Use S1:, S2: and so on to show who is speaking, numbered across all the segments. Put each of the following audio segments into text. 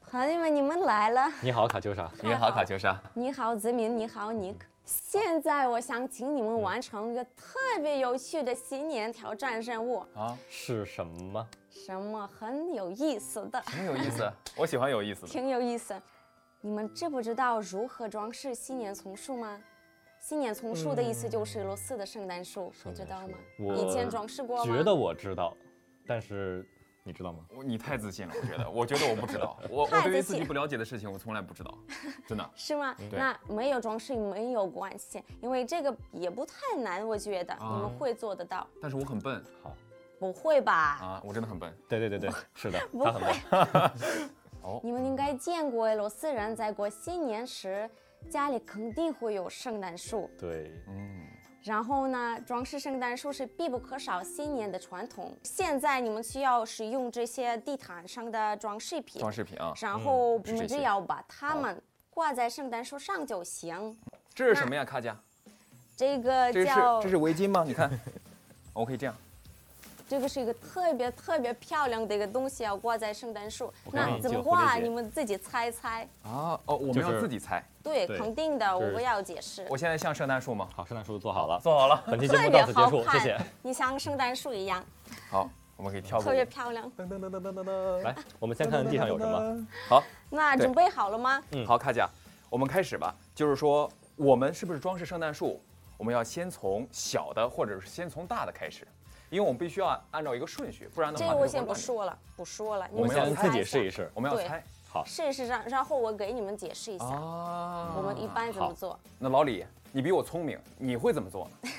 S1: 朋友们，你们来了！
S2: 你好，卡秋莎。
S1: 太
S3: 你好，
S1: 好
S3: 卡秋莎。
S1: 你好，子明，你好，Nick。现在我想请你们完成一个特别有趣的新年挑战任务，
S3: 啊，
S2: 是什么？
S1: 什么很有意思的，
S3: 很有意思，我喜欢有意思的。
S1: 挺有意思。你们知不知道如何装饰新年丛树吗？新年丛树的意思就是俄罗斯的圣诞树，你知道吗？
S2: 我
S1: 以前装饰过吗？
S2: 觉得我知道，但是你知道吗？
S3: 我你太自信了，我觉得，我觉得我不 知道，我
S1: 太
S3: 我对于
S1: 自
S3: 自己
S1: 信
S3: 不了解的事情，我从来不知道，真的
S1: 是吗？
S3: 对
S1: 那没有装饰没有关系，因为这个也不太难，我觉得你们会做得到。
S3: 但是我很笨
S2: 好，
S1: 不会吧？
S3: 啊，我真的很笨。
S2: 对对对对，是 的，
S1: 不
S2: 他很棒。
S3: 哦
S1: 你们应该见过俄罗斯人在过新年时，家里肯定会有圣诞树，
S2: 对，
S3: 嗯，
S1: 然后呢，装饰圣诞树是必不可少新年的传统。现在你们需要使用这些地毯上的装饰品，
S3: 装饰品啊，
S1: 然后
S3: 是
S1: 你们
S3: 这
S1: 只
S3: 些
S1: 要把它们挂在圣诞树上就行。
S3: 这是什么呀，卡佳？
S1: 这个
S3: 这是
S1: 叫
S3: 这是围巾吗？你看，我可以这样。
S1: 这个是一个特别特别漂亮的一个东西，要挂在圣诞树。
S2: 可以
S1: 那
S2: 理
S1: 怎
S2: 解
S1: 么
S2: 我理
S1: 挂？
S2: 解
S1: 你们自己猜猜。
S3: 啊，哦，我
S2: 就
S3: 们要
S2: 是
S3: 自己猜。
S1: 对，
S2: 对
S1: 肯定的，
S2: 就
S1: 我
S2: 是
S1: 不要解释。
S3: 我现在像圣诞树吗？
S2: 好，圣诞树做好了。
S3: 做好了，
S2: 本期节
S1: 特
S2: 目
S1: 别
S2: 到此结
S1: 好
S2: 束，谢
S1: 看，
S2: 谢。
S1: 你像圣诞树一样，
S3: 好，我们可以跳过
S1: 特。别漂亮。
S3: 噔噔噔噔噔噔噔
S2: 来，我们先看看地上有什么。？
S3: 好，
S1: 那
S3: 对
S1: 准备好了吗？
S2: 嗯
S3: 好，卡姐，我们开始吧。就是说，我们是不是装饰圣诞树？我们要先从小的，或者是先从大的开始，因为我们必须要按照一个顺序，不然的
S1: 这
S3: 话
S1: 个
S3: 就
S1: 我
S3: 会
S1: 先不
S3: 乱的。
S1: 说了，不说了。你
S2: 我们
S3: 要
S2: 先
S1: 猜
S2: 自己
S1: 下
S2: 试一试。
S3: 我们要
S1: 对
S3: 猜
S1: 试一试，然然后我给你们解释一下，
S3: 啊
S1: 我们一般怎么
S2: 好
S1: 做。
S3: 那老李，你比我聪明，你会怎么做呢？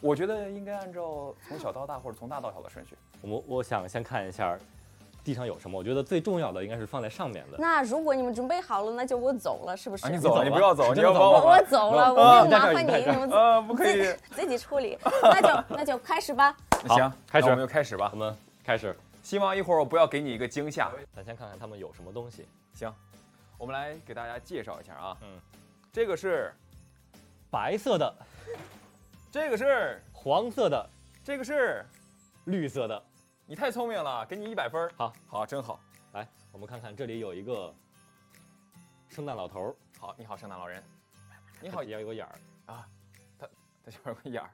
S3: 我觉得应该按照从小到大，或者从大到小的顺序。
S2: 我我想先看一下地上有什么。我觉得最重要的应该是放在上面的。
S1: 那如果你们准备好了，那就我走了，是不是？
S3: 啊，你
S2: 走
S3: 走
S2: 了
S3: 了，你不要走，
S2: 你
S3: 你
S2: 真的
S3: 要
S2: 走
S3: 帮
S2: 了
S1: 我
S3: 我
S1: 我
S3: 们。
S1: 走了，
S2: 啊
S1: 我就
S2: 你带
S1: 麻
S2: 上
S1: 烦
S2: 你
S1: 你，
S2: 带
S1: 你
S2: 上
S1: 们
S3: 啊，不可
S1: 自
S3: 以
S1: 己。自己处理。那就 那就开始吧。
S2: 好
S3: 行，
S2: 开始
S3: 那我们就开始吧
S2: 我。们开始，
S3: 希望一会儿我不要给你一个惊吓。
S2: 咱先看看他们有什么东西。
S3: 行，我们来给大家介绍一下啊。
S2: 嗯
S3: 嗯，这个是，
S2: 白色的、
S3: 这个是，
S2: 黄色的、
S3: 这个是。
S2: 绿色的。
S3: 你太聪明了，给你一百分儿。
S2: 好，
S3: 好，真好，
S2: 来，我们看看这里有一个圣诞老头儿，
S3: 好，你好，圣诞老人。
S2: 你
S3: 你好，
S2: 也有个眼儿。
S3: 他下边有个眼儿，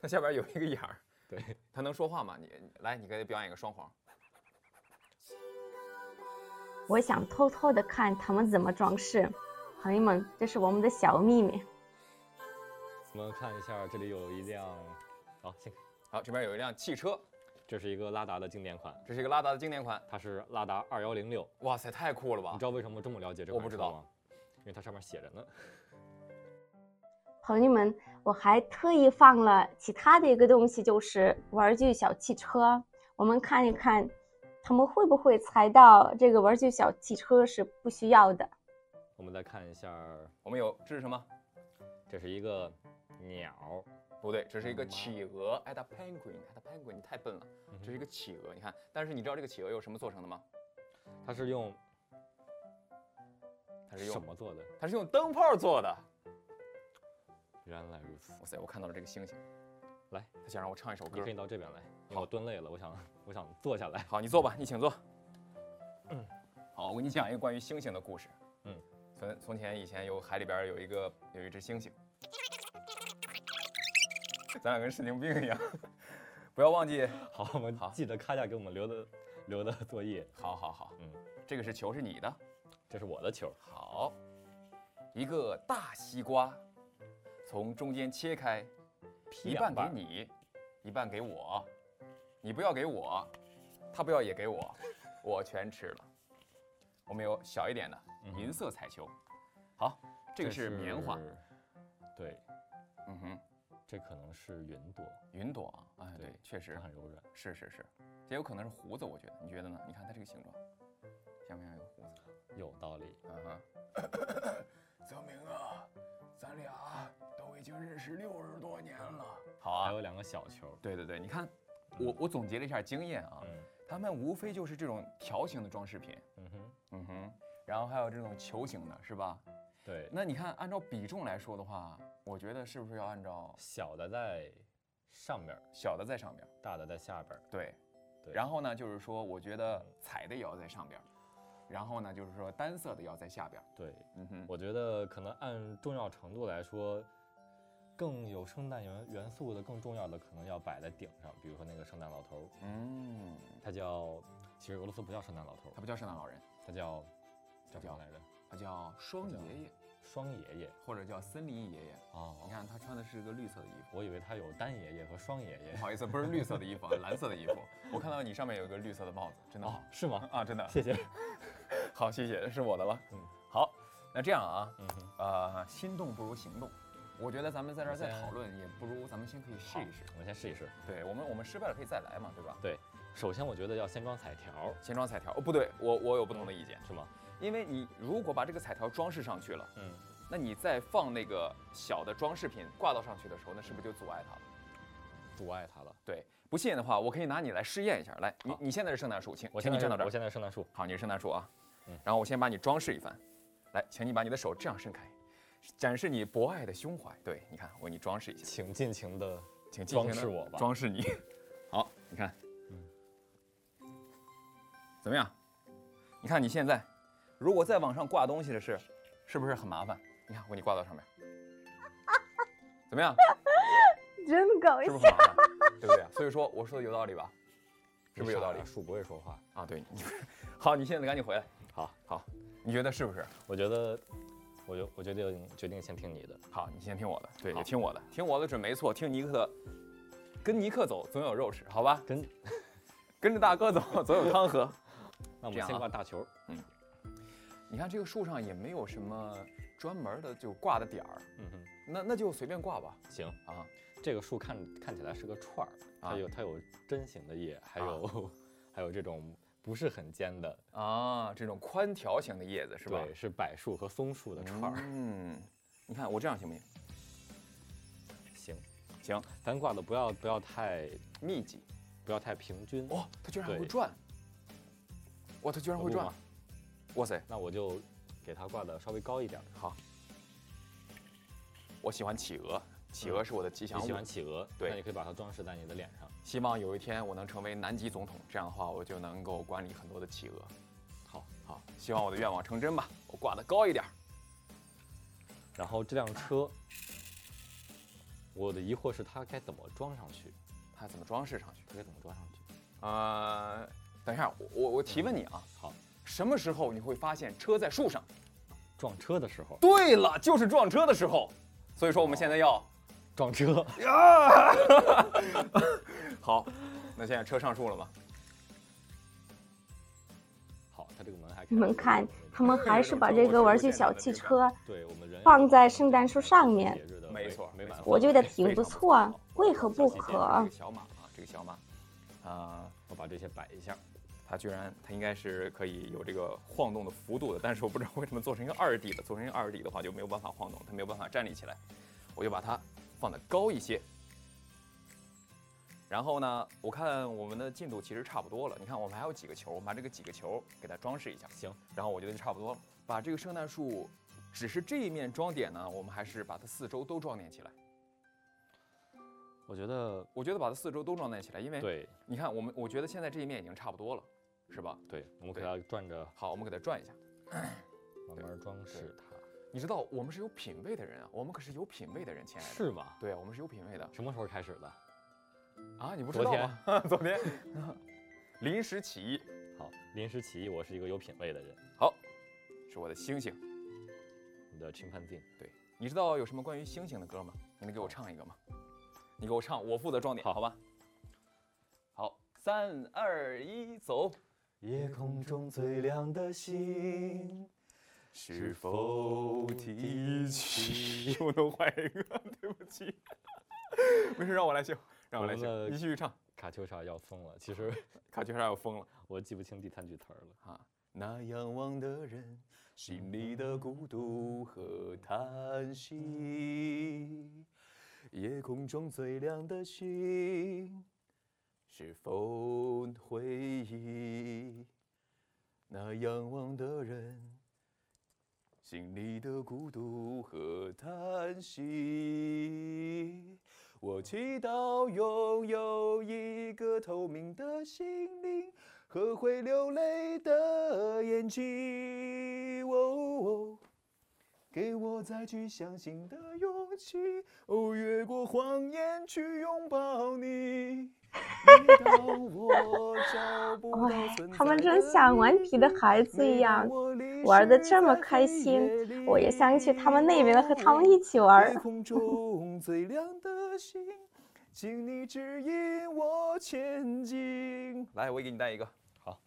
S3: 他下边有一个眼 儿。
S2: 对，
S3: 他能说话吗？你来，你给他表演一个双簧。
S1: 我想偷偷的看他们怎么装饰。朋友们，这是我们的小秘密。
S2: 我们看一下，这里有一辆，好、先
S3: 好，这边有一辆汽车，
S2: 这是一个拉达的经典款，
S3: 这是一个拉达的经典款。
S2: 它是拉达二幺零六。
S3: 哇塞，太酷了吧
S2: 你知！道为什么这么了解这
S3: 我
S2: 款
S3: 不知
S2: 车
S3: 道
S2: 吗？因为它上面写着呢。
S1: 朋友们，我还特意放了其他的一个东西，就是玩具小汽车。我们看一看，他们会不会猜到这个玩具小汽车是不需要的？
S2: 我们再看一下，
S3: 我们有这是什么？
S2: 这是一个鸟，
S3: 不对，这是一个企鹅。哎，它 penguin，哎，它 penguin，你太笨了。这是一个企鹅，你看。但是你知道这个企鹅由什么做成的吗？
S2: 它是用
S3: 它是
S2: 什
S3: 用
S2: 么做的？
S3: 它是用灯泡做的。
S2: 原来如此。
S3: 哇塞，我看到了这个星星。
S2: 来，
S3: 他想让我唱一首
S2: 你
S3: 歌
S2: 可以。到这边来，因为
S3: 好
S2: 我蹲累了，我想我想坐下来。
S3: 好，你坐吧，你请坐。
S2: 嗯
S3: 嗯，好，我给你讲一个关于星星的故事。
S2: 嗯
S3: 嗯，从从前以前有海里边有一个有一只星星，咱俩跟神经病一样。 不要忘记，
S2: 好，我们
S3: 好
S2: 记得卡佳给我们留的留的作业，
S3: 好好好，
S2: 嗯
S3: 嗯，这个是球是你的，
S2: 这是我的球。
S3: 好，一个大西瓜，从中间切开，一
S2: 两
S3: 半给
S2: 半
S3: 你，一半给我，你不要给我，他不要也给我，我全吃了。我们有小一点的
S2: 嗯哼
S3: 银色彩球，好，这个是棉花，
S2: 是，对，
S3: 嗯哼，
S2: 这可能是云朵，
S3: 云朵啊，哎对
S2: 对，
S3: 确实
S2: 它很柔软。
S3: 是是是，也有可能是胡子，我觉得，你觉得呢？你看它这个形状，像不像一个胡子？
S2: 有道理，
S3: 嗯哼， 泽明啊，咱俩都已经认识六十多年了。好
S2: 还
S3: 啊，
S2: 有两个小球。
S3: 对对对，你看，我我总结了一下经验啊，
S2: 嗯
S3: 他们无非就是这种条形的装饰品，
S2: 嗯哼，
S3: 嗯哼，然后还有这种球形的，是吧？
S2: 对，
S3: 那你看，按照比重来说的话，我觉得是不是要按照
S2: 小的在上面儿，
S3: 小的在上边儿？
S2: 大的在下边儿。
S3: 对，
S2: 对，
S3: 然后呢，就是说，我觉得彩的也要在上边儿，然后呢，就是说单色的要在下边儿。
S2: 对，
S3: 嗯哼，
S2: 我觉得可能按重要程度来说，更有圣诞元元素的更重要的可能要摆在顶上，比如说那个圣诞老头儿，
S3: 嗯，
S2: 他叫，其实俄罗斯不叫圣诞老头儿
S3: 他，不叫圣诞老人，
S2: 他叫叫什么来着？
S3: 他叫双
S2: 叫
S3: 爷爷，
S2: 双爷爷
S3: 或者叫森林爷爷。你
S2: 哦，
S3: 看他穿的是一个绿色的衣服。
S2: 我以为他有单爷爷和双爷
S3: 不
S2: 爷
S3: 好意思，不是绿色的衣服，啊， 蓝色的衣服。我看到你上面有一个绿色的帽子，真的
S2: 哦
S3: 吗？，
S2: 是吗？
S3: 啊，真的。
S2: 谢谢。
S3: 好，谢谢，是我的了。
S2: 嗯，
S3: 好，那这样啊，
S2: 嗯哼，
S3: 呃，心动不如行动。我觉得咱们在这儿再
S2: 我先
S3: 讨论，也不如咱们先可以试一试。
S2: 我们先试一试。
S3: 对我们，我们失败了可以再来嘛，对吧？
S2: 对，首先我觉得要先装彩条，
S3: 先装彩条。哦，不对，我我有不同的意见，
S2: 是吗？
S3: 因为你如果把这个彩条装饰上去了，
S2: 嗯，
S3: 那你再放那个小的装饰品挂到上去的时候，那是
S2: 嗯
S3: 不是就阻碍它了？
S2: 阻碍他了。
S3: 对，不信的话，我可以拿你来试验一下。来，你
S2: 好
S3: 你现在是圣诞树，请
S2: 我现
S3: 请你
S2: 在是
S3: 站到这儿
S2: 我。现在是圣诞树，
S3: 好，你是圣诞树啊。
S2: 嗯
S3: 然后我先把你装饰一番，来，请你把你的手这样伸开，展示你博爱的胸怀。对，你看，我给你装饰一下，
S2: 请尽情的
S3: 请尽情
S2: 装
S3: 地
S2: 饰我吧。
S3: 装饰你。 好，你看，
S2: 嗯
S3: 怎么样？你看你现在，如果再往上挂东西的是，是不是很麻烦？你看，我给你挂到上面，怎么样？
S4: 真搞
S3: 是不是很麻烦？对不对？所以说我说的有道理吧？是不是有道理
S2: 你傻呀树不会说话。
S3: 啊？对，你 好，你现在赶紧回来。
S2: 好，
S3: 好，你觉得是不是？
S2: 我觉得，我就我决定决定先听你的。
S3: 好，你先听我的，对，
S2: 好
S3: 也听我的，听我的准没错，听尼克的，跟尼克走总有肉吃，好吧？
S2: 跟
S3: 跟着大哥走总有汤喝。
S2: 那我们
S3: 这样啊
S2: 先挂大球，
S3: 你看这个树上也没有什么专门的就挂的点儿，
S2: 嗯哼，
S3: 那那就随便挂吧。
S2: 行。
S3: 啊，
S2: 这个树看看起来是个串儿，
S3: 啊
S2: 它有它有针形的叶，还有、 还有这种不是很尖的，
S3: 啊，这种宽条形的叶子是吧？
S2: 对，是柏树和松树的串儿。
S3: 嗯，你看我这样行不行？嗯
S2: 行，
S3: 行，
S2: 咱挂的不要不要太
S3: 密集。
S2: 不要太平均。
S3: 哇、哦，它居然还
S2: 对
S3: 会转！哇，它居然
S2: 可
S3: 会
S2: 不
S3: 转
S2: 嘛！
S3: 哇塞，
S2: 那我就给它挂的稍微高一点儿。
S3: 好，我喜欢企鹅，企鹅是我的吉祥
S2: 嗯你
S3: 物。
S2: 喜欢企鹅，
S3: 对
S2: 那你可以把它装饰在你的脸上。
S3: 希望有一天我能成为南极总统，这样的话我就能够管理很多的企鹅。
S2: 好，
S3: 好，希望我的愿望成真吧，我挂得高一点儿。
S2: 然后这辆车，我的疑惑是它该怎么装上去？
S3: 它怎么装饰上去？
S2: 它该怎么装上去？
S3: 呃，等一下，我我我提问你啊，
S2: 好，
S3: 什么时候你会发现车在树上？
S2: 撞车的时候，
S3: 对了，就是撞车的时候。所以说我们现在要
S2: 撞车，
S3: 呀， 好，那现在车上树了吗？
S2: 好，它这个门还开着
S4: 你们看，他们还是把这个玩具小汽车
S2: 对我们人
S4: 放在圣诞树上面
S2: 节日的
S3: 没
S2: 美
S3: 错
S2: 美
S3: 没
S2: 满
S3: 错
S2: 氛围。
S4: 我觉得挺
S3: 非
S4: 不
S3: 常
S4: 错啊
S3: 好，
S4: 为何不
S3: 小细节这
S4: 可
S3: 个？小马啊，这个小马啊，
S2: 我把这些摆一下，
S3: 它居然，它应该是可以有这个晃动的幅度的，但是我不知道为什么做成一个二 D 的，做成一个二 D 的话就没有办法晃动，它没有办法站立起来，我就把它放得高一些。然后呢，我看我们的进度其实差不多了，你看我们还有几个球，我们把这个几个球给它装饰一下，
S2: 行，
S3: 然后我觉得就差不多了。把这个圣诞树，只是这一面装点呢，我们还是把它四周都装点起来。
S2: 我觉得
S3: 我觉得把它四周都装点起来，因为
S2: 对
S3: 你看我们，我觉得现在这一面已经差不多了，是吧？
S2: 对，我们给它转着
S3: 好，我们给它转一下。
S2: 慢慢装饰它，
S3: 你知道我们是有品位的人啊，我们可是有品位的人，亲爱的。
S2: 是吗？
S3: 对啊，我们是有品位的
S2: 什么时候开始的？
S3: 啊，你不知
S2: 昨
S3: 道
S2: 天
S3: 吗？ 昨天，临时起意，
S2: 好，临时起意，我是一个有品位的人。
S3: 好，是我的星星。
S2: 你的 chimpanzee，
S3: 对，你知道有什么关于星星的歌吗？你能给我唱一个吗？你给我唱，我负责装点，好吧？好，三二一，走。
S2: 夜空中最亮的星，
S3: 是否提起？我能换一个，对不起。 没事，让我来修，让我来
S2: 我们
S3: 修。
S2: 的
S3: 你继续唱，
S2: 卡秋莎要疯了。其实
S3: 卡秋莎要疯了。
S2: 我记不清第三句词儿了。
S3: 啊，那仰望的人，心里的孤独和叹息。夜空中最亮的星，是否回忆？那仰望的人，心里的孤独和叹息。我祈祷拥有一个透明的心灵和会流泪的眼勇气，哦哦给我再去相信的勇气，哦，越过谎言去拥抱 你。每当我找不到
S4: 哎
S3: 存
S4: 他们
S3: 在
S4: 真
S3: 的嗯
S4: 像顽
S3: 意
S4: 皮的
S3: 义
S4: 孩子一
S3: 每当
S4: 样
S3: 我淋
S4: 玩得
S3: 湿
S4: 这么
S3: 在
S4: 开
S3: 黑
S4: 心
S3: 夜
S4: 我也想去他们那边和他们
S3: 里
S4: 一起玩
S3: 夜
S4: 儿。
S3: 空中最亮的星，请你指引我前进。来，我也给你带一个。
S2: 好，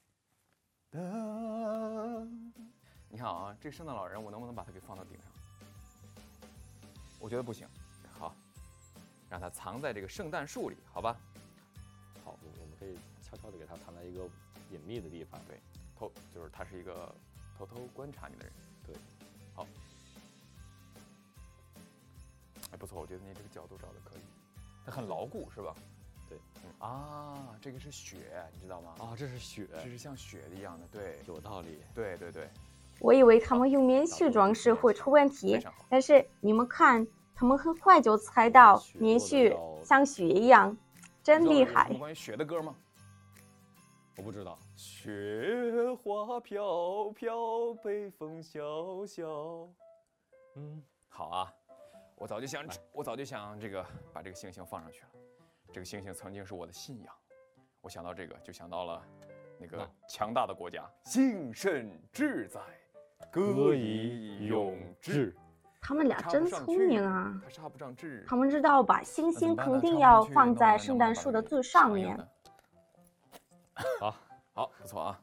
S3: 当你看啊，这个圣诞老人，我能不能把它给放到顶上？我觉得不行。好，让它藏在这个圣诞树里，好吧？
S2: 好，我我们可以悄悄的给它藏在一个隐秘的地方。
S3: 对偷，就是他是一个偷偷观察你的人。
S2: 对，
S3: 好。哎，不错，我觉得你这个角度找的可以，它很牢固，是吧？
S2: 对，
S3: 嗯啊，这个是雪，你知道吗？
S2: 啊，这是雪，
S3: 这是像雪一样的，对，
S2: 有道理。
S3: 对对对，
S4: 我以为他们用棉絮装饰会出问
S3: 非
S4: 题，
S3: 常好。
S4: 但是你们看，他们很快就猜到棉絮像雪一样，真
S3: 你知道
S4: 厉
S3: 有什么
S4: 害。
S3: 关于雪的歌吗？
S2: 我不知道，
S3: 雪花飘飘，北风萧萧。
S2: 嗯，
S3: 好啊，我早就想
S2: 来，
S3: 我早就想这个把这个星星放上去了。这个星星曾经是我的信仰，我想到这个就想到了那个
S2: 那
S3: 强大的国家，兴盛志在，
S2: 嗯
S3: 歌以咏志。。
S4: 他们俩
S3: 插不
S4: 真
S3: 上
S4: 聪
S3: 去
S4: 明啊！
S3: 它插不上志。
S4: 他们知道把星
S3: 那怎
S4: 星
S3: 么办呢
S4: 肯定
S3: 插
S4: 要
S3: 不上去
S4: 放
S3: 能不能
S4: 在
S3: 能
S4: 圣
S3: 不能
S4: 诞
S3: 把
S4: 树
S3: 它
S4: 的
S3: 给
S4: 最
S3: 上
S4: 上
S3: 一
S4: 面
S3: 呢。
S2: 好，
S3: 好，不错啊。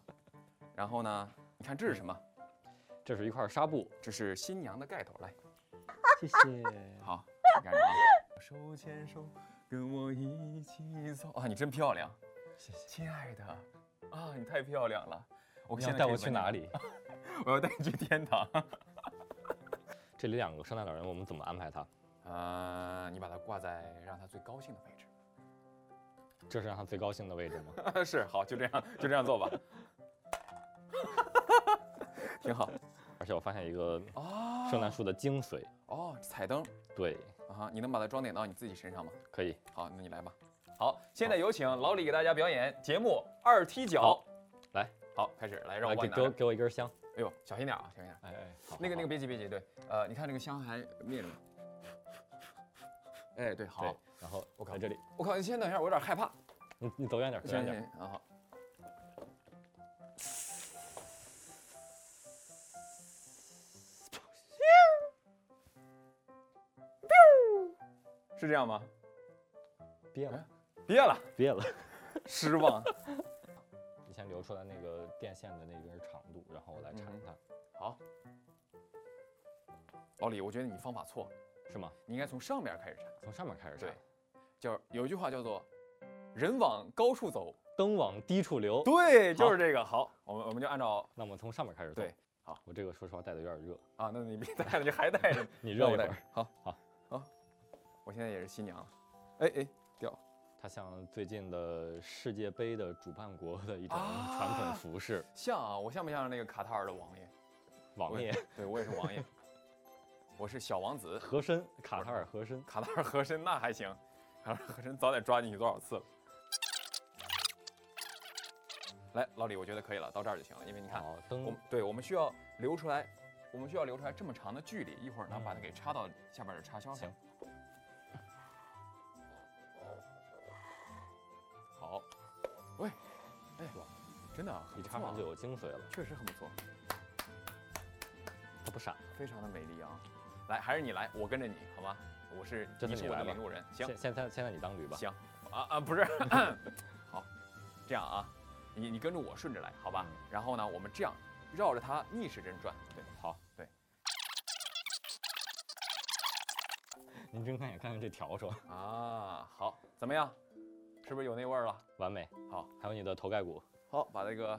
S3: 然后呢，你看这是什么？
S2: 这是一块纱布，
S3: 这是新娘的盖头，来。
S2: 谢谢。
S3: 好，你看什么？手牵手，跟我一起走啊！你真漂亮，
S2: 谢谢。
S3: 亲爱的，啊，你太漂亮了。我
S2: 你
S3: 现
S2: 想带
S3: 在可
S2: 我
S3: 以吻
S2: 去
S3: 你
S2: 哪？里？
S3: 我要带你去天堂。
S2: 这里两个圣诞老人，我们怎么安排它？
S3: 呃，你把它挂在让它最高兴的位置。
S2: 这是让他最高兴的位置吗？
S3: 是，好，就这样，就这样做 吧。挺好
S2: 而且我发现一个
S3: 啊
S2: 圣诞树的精髓，
S3: 哦，彩灯
S2: 对，
S3: 啊，你能把它装点到你自己身上吗？
S2: 可以。
S3: 好，那你来吧。好，现在有请老李给大家表演节目二踢脚
S2: 好。来，
S3: 好，开始，来，让我
S2: 来
S3: 帮
S2: 给
S3: 你拿
S2: 给我
S3: 着。
S2: 给我一根香。
S3: 哎呦，小心点啊，小心点。
S2: 哎哎，好
S3: 那个那个，
S2: 好
S3: 别急别急，对，呃，你看这个香还灭着呢。哎，对，
S2: 好
S3: 好
S2: 对，，然后
S3: 我
S2: 我
S3: 靠
S2: 靠这里，
S3: 我靠，你先等一下，我有点害怕。
S2: 你你走远点，走远
S3: 行行
S2: 点。
S3: 行，啊好。是这样吗？
S2: 别了，
S3: 别了，
S2: 别了。
S3: 失望。
S2: 你先留出来那个电线的那根长度，然后我来缠
S3: 嗯
S2: 它，
S3: 好， 老李，我觉得你方法错了，
S2: 是吗？
S3: 你应该从上面开始缠。
S2: 从上面开始
S3: 对
S2: 缠，，
S3: 叫有一句话叫做“人往高处走
S2: 灯往低处”。流。
S3: 对，就
S2: 好
S3: 是这个。好，我们我们就按照
S2: 那我们从上面开始做。
S3: 对，好，
S2: 我这个说实话戴的有点热，
S3: 啊，那你别带了，你还带 着，
S2: 你
S3: 让
S2: 热
S3: 我
S2: 一会
S3: 带
S2: 儿
S3: 着。。好，
S2: 好，
S3: 好，我现在也是新娘了。哎哎，掉
S2: 它像最近的世界杯的主办国的一种
S3: 啊
S2: 传统服饰，
S3: 像啊，我像不像那个卡塔尔的王爷？
S2: 网
S3: 我
S2: 页
S3: 也，对我也是王爷，我是小王子。
S2: 合身，卡塔尔合身。
S3: 卡塔尔和珅那还行，卡塔尔和珅早得抓进去多少次了。来，老李，我觉得可以了，到这儿就行了，因为你看，
S2: 好，
S3: 我
S2: 灯
S3: 们对我们需要留出来，我们需要留出来这么长的距离，一会儿呢
S2: 嗯
S3: 把它给插到下边的插销上
S2: 行。
S3: 好，喂，哎
S2: 哇，
S3: 真的啊很
S2: 一
S3: 不
S2: 插
S3: 错啊
S2: 上就，有精髓了，
S3: 确实很不错，
S2: 它不闪。
S3: 非常的美丽啊。来，还是你来，我跟着你，好吗？我是，
S2: 这次
S3: 你是
S2: 你
S3: 我的
S2: 来吧
S3: 领路人，行
S2: 现。现在现在你当驴吧。
S3: 行，啊啊，不是， 好，这样啊，你你跟着我顺着来，好吧？然后呢，我们这样绕着它逆时针转，对，好，对，
S2: 您睁开眼看看这笤帚，
S3: 啊，好，怎么样？是不是有那味儿了？
S2: 完美。
S3: 好，
S2: 还有你的头盖骨，
S3: 好，把这个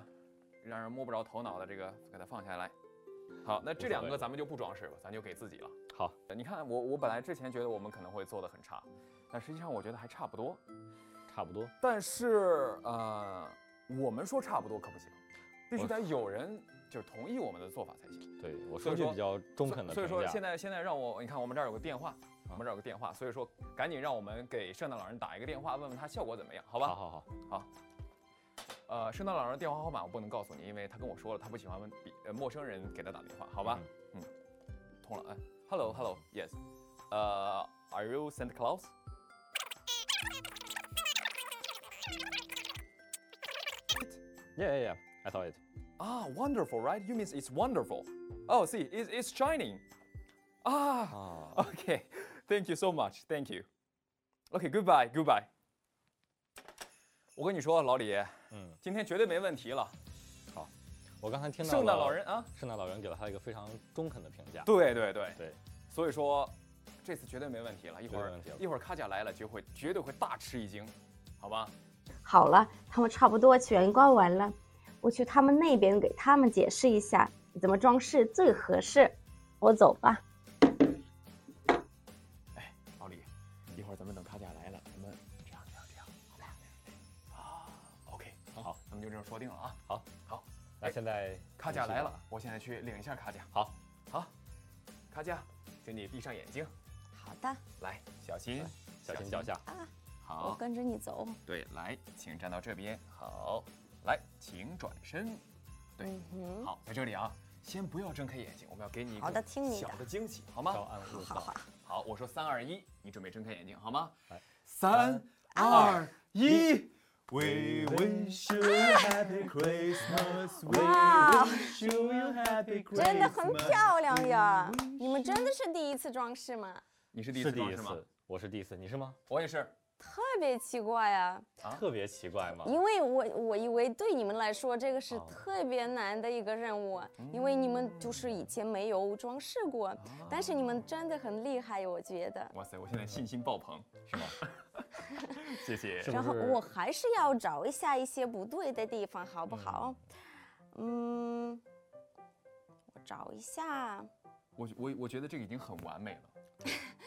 S3: 让人摸不着头脑的这个给它放下来。好，那这两个咱们就不装饰了，咱就给自己了。
S2: 好，
S3: 你看我我本来之前觉得我们可能会做的很差，但实际上我觉得还差不多。
S2: 差不多。
S3: 但是呃，我们说差不多可不行，必须
S2: 我
S3: 得有人就是同意我们的做法才行。
S2: 对我说
S3: 所以
S2: 句
S3: 说
S2: 比较中肯的
S3: 所以
S2: 评
S3: 说
S2: 价。
S3: 现在现在让我你看我们这儿有个电话，我们这儿有个电话，所以说赶紧让我们给圣诞老人打一个电话，问问他效果怎么样，好吧？
S2: 好好好，
S3: 呃，圣诞老人电话号码我不能告诉你，因为他跟我说了，他不喜欢比呃陌生人给他打电话，好吧？嗯通了，哎，Hello Hello Yes，呃、a r e you Santa Claus？
S2: Yeah, yeah, yeah. I saw it.
S3: Ah, wonderful, right? You means it's wonderful. Oh, see, it's, it's shining. Ah,
S2: 啊
S3: okay. Thank you so much. Thank you. Okay, goodbye, goodbye. 我跟你说，老李，
S2: 嗯，
S3: 今天绝对没问题了。
S2: 我刚才听到
S3: 圣诞
S2: 了
S3: 老人，啊，
S2: 圣诞老人给了他一个非常中肯的评价。
S3: 对对对，
S2: 对，
S3: 所以说这次绝对没问题了。一
S2: 绝
S3: 会
S2: 对没
S3: 儿
S2: 问题了
S3: 一会儿卡甲来了，就会绝对会大吃一惊，好吧？
S5: 好了，他们差不多全逛完了，我去他们那边给他们解释一下怎么装饰最合适。我走吧。
S3: 哎老李，一会儿咱们等卡甲来了，咱们这样这样这样，好吧？啊，OK，
S2: 好，
S3: 咱们就这样说定了啊。
S2: 那
S3: 哎
S2: 现在
S3: 卡甲来，了，我现在去领一下卡甲。
S2: 好，
S3: 好，卡甲，请你闭上眼睛，
S1: 好的，
S3: 来，小心，
S2: 小心脚。下。
S1: 我
S3: 好，
S1: 跟着你走。
S3: 对，来，请站到这边。好，来，请转身。对
S1: 嗯哼，
S3: 好，在这里啊，先不要睁开眼睛，我们要给你一
S1: 好的
S3: 个
S1: 听你的
S3: 小的惊喜，
S2: 稍
S3: 好吗？
S2: 安勿
S1: 好
S2: 躁
S1: 好。
S3: 好，我说三二一，你准备睁开眼睛，好吗
S2: 来？
S3: 三二一。
S6: We wish you a happy Christmas. We wish you a happy Christmas.
S1: 真的很漂亮呀！
S3: 嗯
S1: 你们真的是第一次装饰吗？
S3: 你是第一
S2: 是
S3: 次
S2: 第
S3: 装
S2: 一
S3: 饰吗？
S2: 次，我是第一次，你是吗？
S3: 我也是。
S1: 特别奇怪呀、
S3: 啊
S2: 特别奇怪吗？
S1: 因为我我以为对你们来说这个是
S2: 哦嗯
S1: 特别难的一个任务，啊因为你们就是以前没有装饰过，
S2: 哦
S1: 但是你们真的很厉害，我觉得。
S3: 哇塞，我现在信心爆棚，是吗？谢谢。
S2: 是不
S1: 然后
S2: 是
S1: 我还是要找一下一些不对的地方，好不好？嗯，我找一下。
S3: 我我我觉得这个已经很完美了。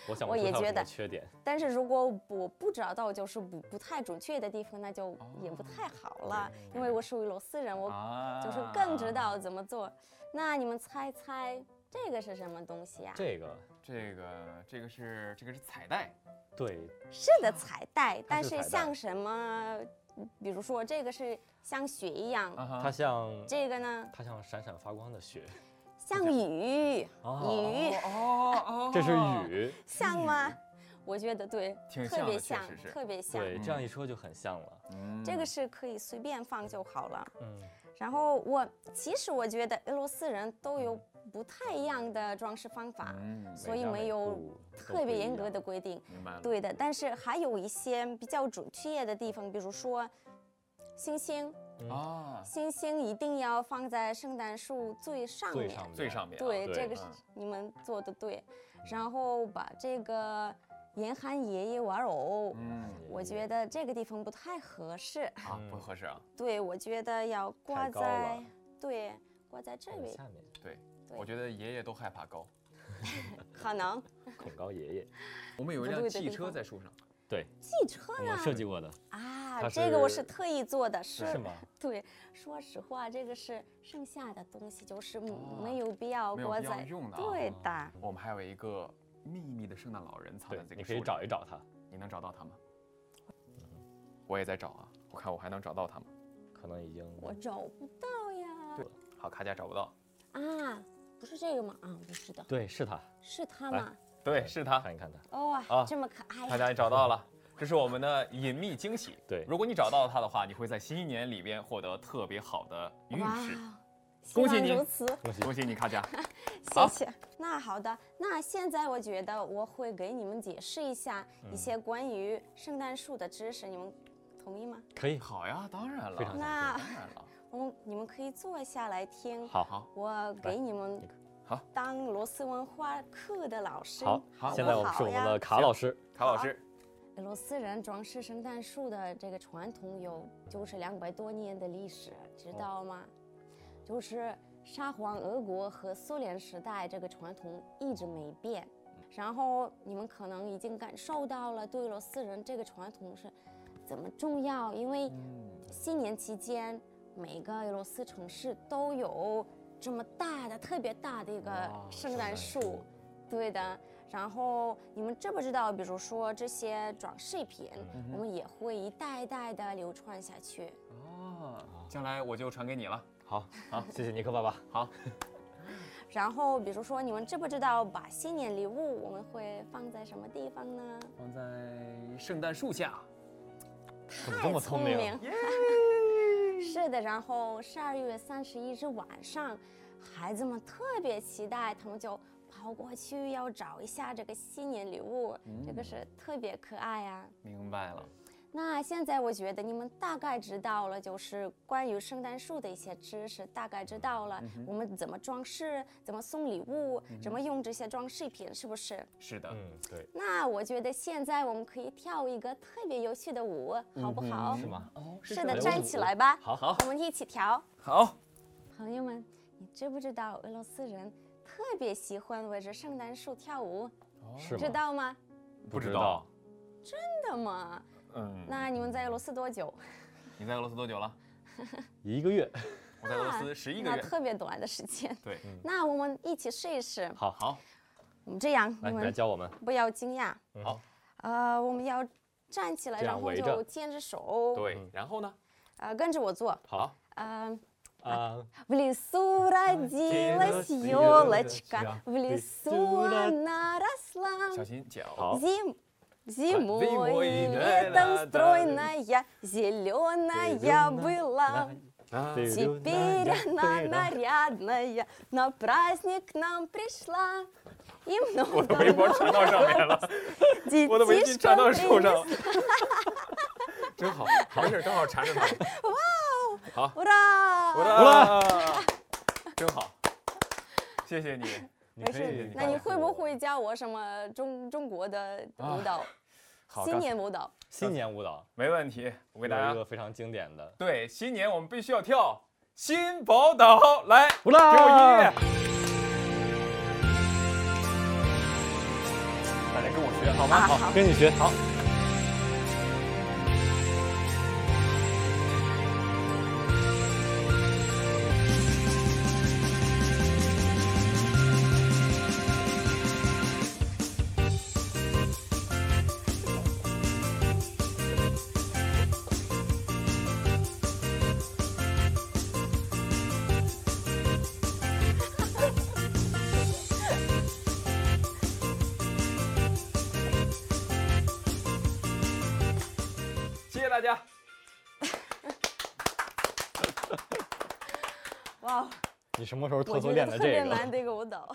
S2: 我想
S1: 我
S2: 不出
S1: 也
S2: 它
S1: 觉
S2: 有什么
S1: 得
S2: 缺点。
S1: 但是如果我不找到就是不不太准确的地方，那就也不太
S2: 哦
S1: 好了，因为我属于螺丝人，我
S3: 啊
S1: 就是更知道怎么做。那你们猜猜这个是什么东西啊？
S2: 这个
S3: 这个这个是这个是彩带，
S2: 对
S1: 是的，彩带，
S2: 它
S1: 但
S2: 是
S1: 是
S2: 彩带
S1: 像什么？比如说这个是像雪一样，
S3: 啊
S2: 它
S3: 哈，
S2: 像
S1: 这个呢
S2: 它像闪闪发光的雪，
S1: 像雨，
S2: 哦
S1: 雨
S3: 哦哦
S2: 这是，雨。
S1: 像吗？我觉得对，
S3: 挺
S1: 特别
S3: 像
S1: 像
S3: 的确实，是
S1: 特别像。
S2: 对，这样一说就很像了。
S3: 嗯
S1: 这个是可以随便放就好了。
S2: 嗯，
S1: 然后我其实我觉得俄罗斯人都有
S2: 嗯
S1: 不太一样的装饰方法，
S3: 嗯
S1: 所以
S2: 每家
S1: 没
S2: 每
S1: 有
S2: 户都
S1: 特
S2: 不
S1: 别
S2: 一
S1: 严格
S2: 样
S1: 的规定。
S3: 明白了，
S1: 对的，但是还有一些比较准确的地方，比如说星星，
S3: 啊，
S1: 星星一定要放在圣诞树最上
S2: 最
S1: 面。
S2: 上面
S3: 最上面啊
S1: 对，
S2: 对嗯
S1: 这个是
S3: 嗯
S1: 你们做的对。然后把这个严寒爷爷玩偶，
S3: 嗯
S1: 我觉得这个地方不太合适。
S3: 啊不合适啊，
S1: 对，我觉得要挂
S2: 太高了
S1: 在对挂在这
S2: 面
S1: 里，
S2: 嗯下面
S3: 对，
S1: 对
S3: 我觉得爷爷都害怕高。
S1: 可能
S2: 恐高爷爷，
S3: 我们有一
S1: 不
S3: 辆
S1: 对的地
S3: 汽车
S1: 方
S3: 在树上，
S2: 对
S1: 汽车
S2: 我
S1: 呀
S2: 设计过的，
S1: 啊，
S2: 它
S1: 这个我
S2: 是
S1: 是特意做的，是
S2: 是吗？
S1: 对，说实话，这个是剩下的东西，就是没有必要
S3: 啊没有
S1: 挂
S3: 必要
S1: 在
S3: 用的啊
S1: 对的，
S3: 我们还有一个秘密的圣诞老人藏在
S2: 对
S3: 这，个
S2: 你
S3: 树
S2: 可以
S3: 上
S2: 找一找他，
S3: 你能找到他吗？我也在找啊，我看我还能找到他吗？
S2: 可能已经
S1: 我找不到呀。
S3: 对，好，卡家找不到。
S1: 啊，不是这个吗？啊，不是的，
S2: 对是他，
S1: 是它
S2: 来
S1: 吗？
S3: 对，是他，
S2: 看一看他，
S1: 哦，
S3: 啊
S1: 这么可爱
S3: 大家也找到了，这是我们的隐秘惊喜。
S2: 对
S3: 如果你找到它的话，你会在新一年里边获得特别好的运
S1: 哇
S3: 势。，
S1: 希
S3: 恭喜
S1: 望
S3: 您
S1: 如此，
S2: 恭喜
S3: 恭喜你，卡 佳。好
S1: 谢谢。那好的，那现在我觉得我会给你们解释一下一些
S3: 嗯
S1: 关于圣诞树的知识，你们同意吗？
S2: 可以，
S3: 好呀，当然了，
S2: 非常
S1: 那
S3: 当然了。
S1: 我们你们可以坐下来听。
S2: 好
S3: 好，
S1: 我给你们
S2: 你看
S3: 好
S1: 当罗斯文化课的老师，
S2: 好
S3: 好，
S2: 现在
S1: 不
S2: 我们是我们
S1: 呀
S2: 的卡老师，
S3: 卡老师，
S1: 俄罗斯人装饰圣诞树的这个传统有就是两百多年的历史，知道吗？就是沙皇俄国和苏联时代这个传统一直没变。然后你们可能已经感受到了对俄罗斯人这个传统是怎么重要，因为新年期间每个俄罗斯城市都有这么大的、特别大的一个圣
S2: 嗯
S1: 诞树。对的。然后你们知不知道，比如说这
S2: 嗯
S1: 些装饰品，我们也会一代一代的流传下去。
S3: 啊，将来我就传给你了。
S2: 好， 好，谢谢尼克爸爸。
S3: 好，
S1: 然后比如说你们知不知道把新年礼物我们会放在什么地方呢？
S3: 放在圣诞树下。
S2: 怎么这么聪明？啊
S1: 是的，然后十二月三十一日晚上，孩子们特别期待，他们就跑过去要找一下这个新年礼物，这
S2: 嗯
S1: 个是特别可爱啊呀、
S3: 明白了，
S1: 那现在我觉得你们大概知道了，就是关于圣诞树的一些知识，大概知道
S2: 嗯
S1: 了我们怎么装饰，怎么送礼物，怎么用这些装饰品，是不是？
S3: 是的，
S2: 嗯，对，
S1: 那我觉得现在我们可以跳一个特别有趣的舞，好不好？
S2: 嗯是吗？
S3: 哦，
S1: 是的，
S2: 的
S1: 站起来吧，
S2: 好好
S1: 我们一起跳。
S3: 好，
S1: 朋友们，你知不知道俄罗斯人特别喜欢围着圣诞树跳舞，
S2: 哦是
S1: 知
S2: 吗？
S1: 道吗？
S3: 不知道，
S1: 真的吗？
S3: 嗯，
S1: 那你们在俄罗斯多久？
S3: 你在俄罗斯多久了？
S2: 一个月，
S3: 我在俄罗斯十一个
S1: 那
S3: 月。
S1: 特别短的时间。
S3: 对，
S1: 那我们一起试一试。
S2: 好嗯好，
S1: 我们这样，
S2: 来，
S1: 你
S2: 你来
S1: 们
S2: 教我们。
S1: 不要惊讶。
S3: 好，
S1: 呃，我们要站起来，
S2: 这
S1: 然
S2: 样
S1: 后
S2: 围着
S1: 就牵着手。
S3: 对，
S2: 嗯
S3: 然后呢？
S1: 呃，跟着我做。
S2: 好
S1: 呃，
S2: 啊，
S1: В лесу родилась елочка, в лесу она росла.
S3: 小心脚。啊
S2: 好
S1: Зим, зимой,
S3: зимой
S1: и
S3: и
S1: летом
S3: летом
S1: стройная, зеленая
S2: Зелёная
S1: была. Теперь она нарядная, на праздник к нам пришла. И много
S3: 围脖缠到上面了，我的围巾缠到手上
S1: детишкам
S3: 了， 真好，没事，正好缠着它。
S2: 啊
S1: Ура!
S3: 哇，真好，谢谢你。
S2: 你
S1: 没
S2: 可以
S1: 事，
S2: 告
S1: 那你
S2: 诉
S1: 会不
S2: 我啊
S1: 会教我什么中中国的舞蹈？
S3: 好
S1: 新
S3: 刚才
S1: 年舞蹈。
S2: 新年舞蹈？
S3: 没问题，我
S2: 有
S3: 给大家
S2: 一个非常经典的。
S3: 对，新年我们必须要跳新宝岛，来，
S2: 不
S3: 给我音乐，大家跟我学
S1: 啊
S3: 好吗？好，
S2: 啊好，跟你学。好，
S3: 谢谢大家。
S1: 哇，
S2: 你什么时候
S1: 我
S2: 偷偷
S1: 觉
S2: 练
S1: 得
S2: 的
S1: 特
S2: 这
S1: 别
S2: 个？
S1: 难的一个舞蹈。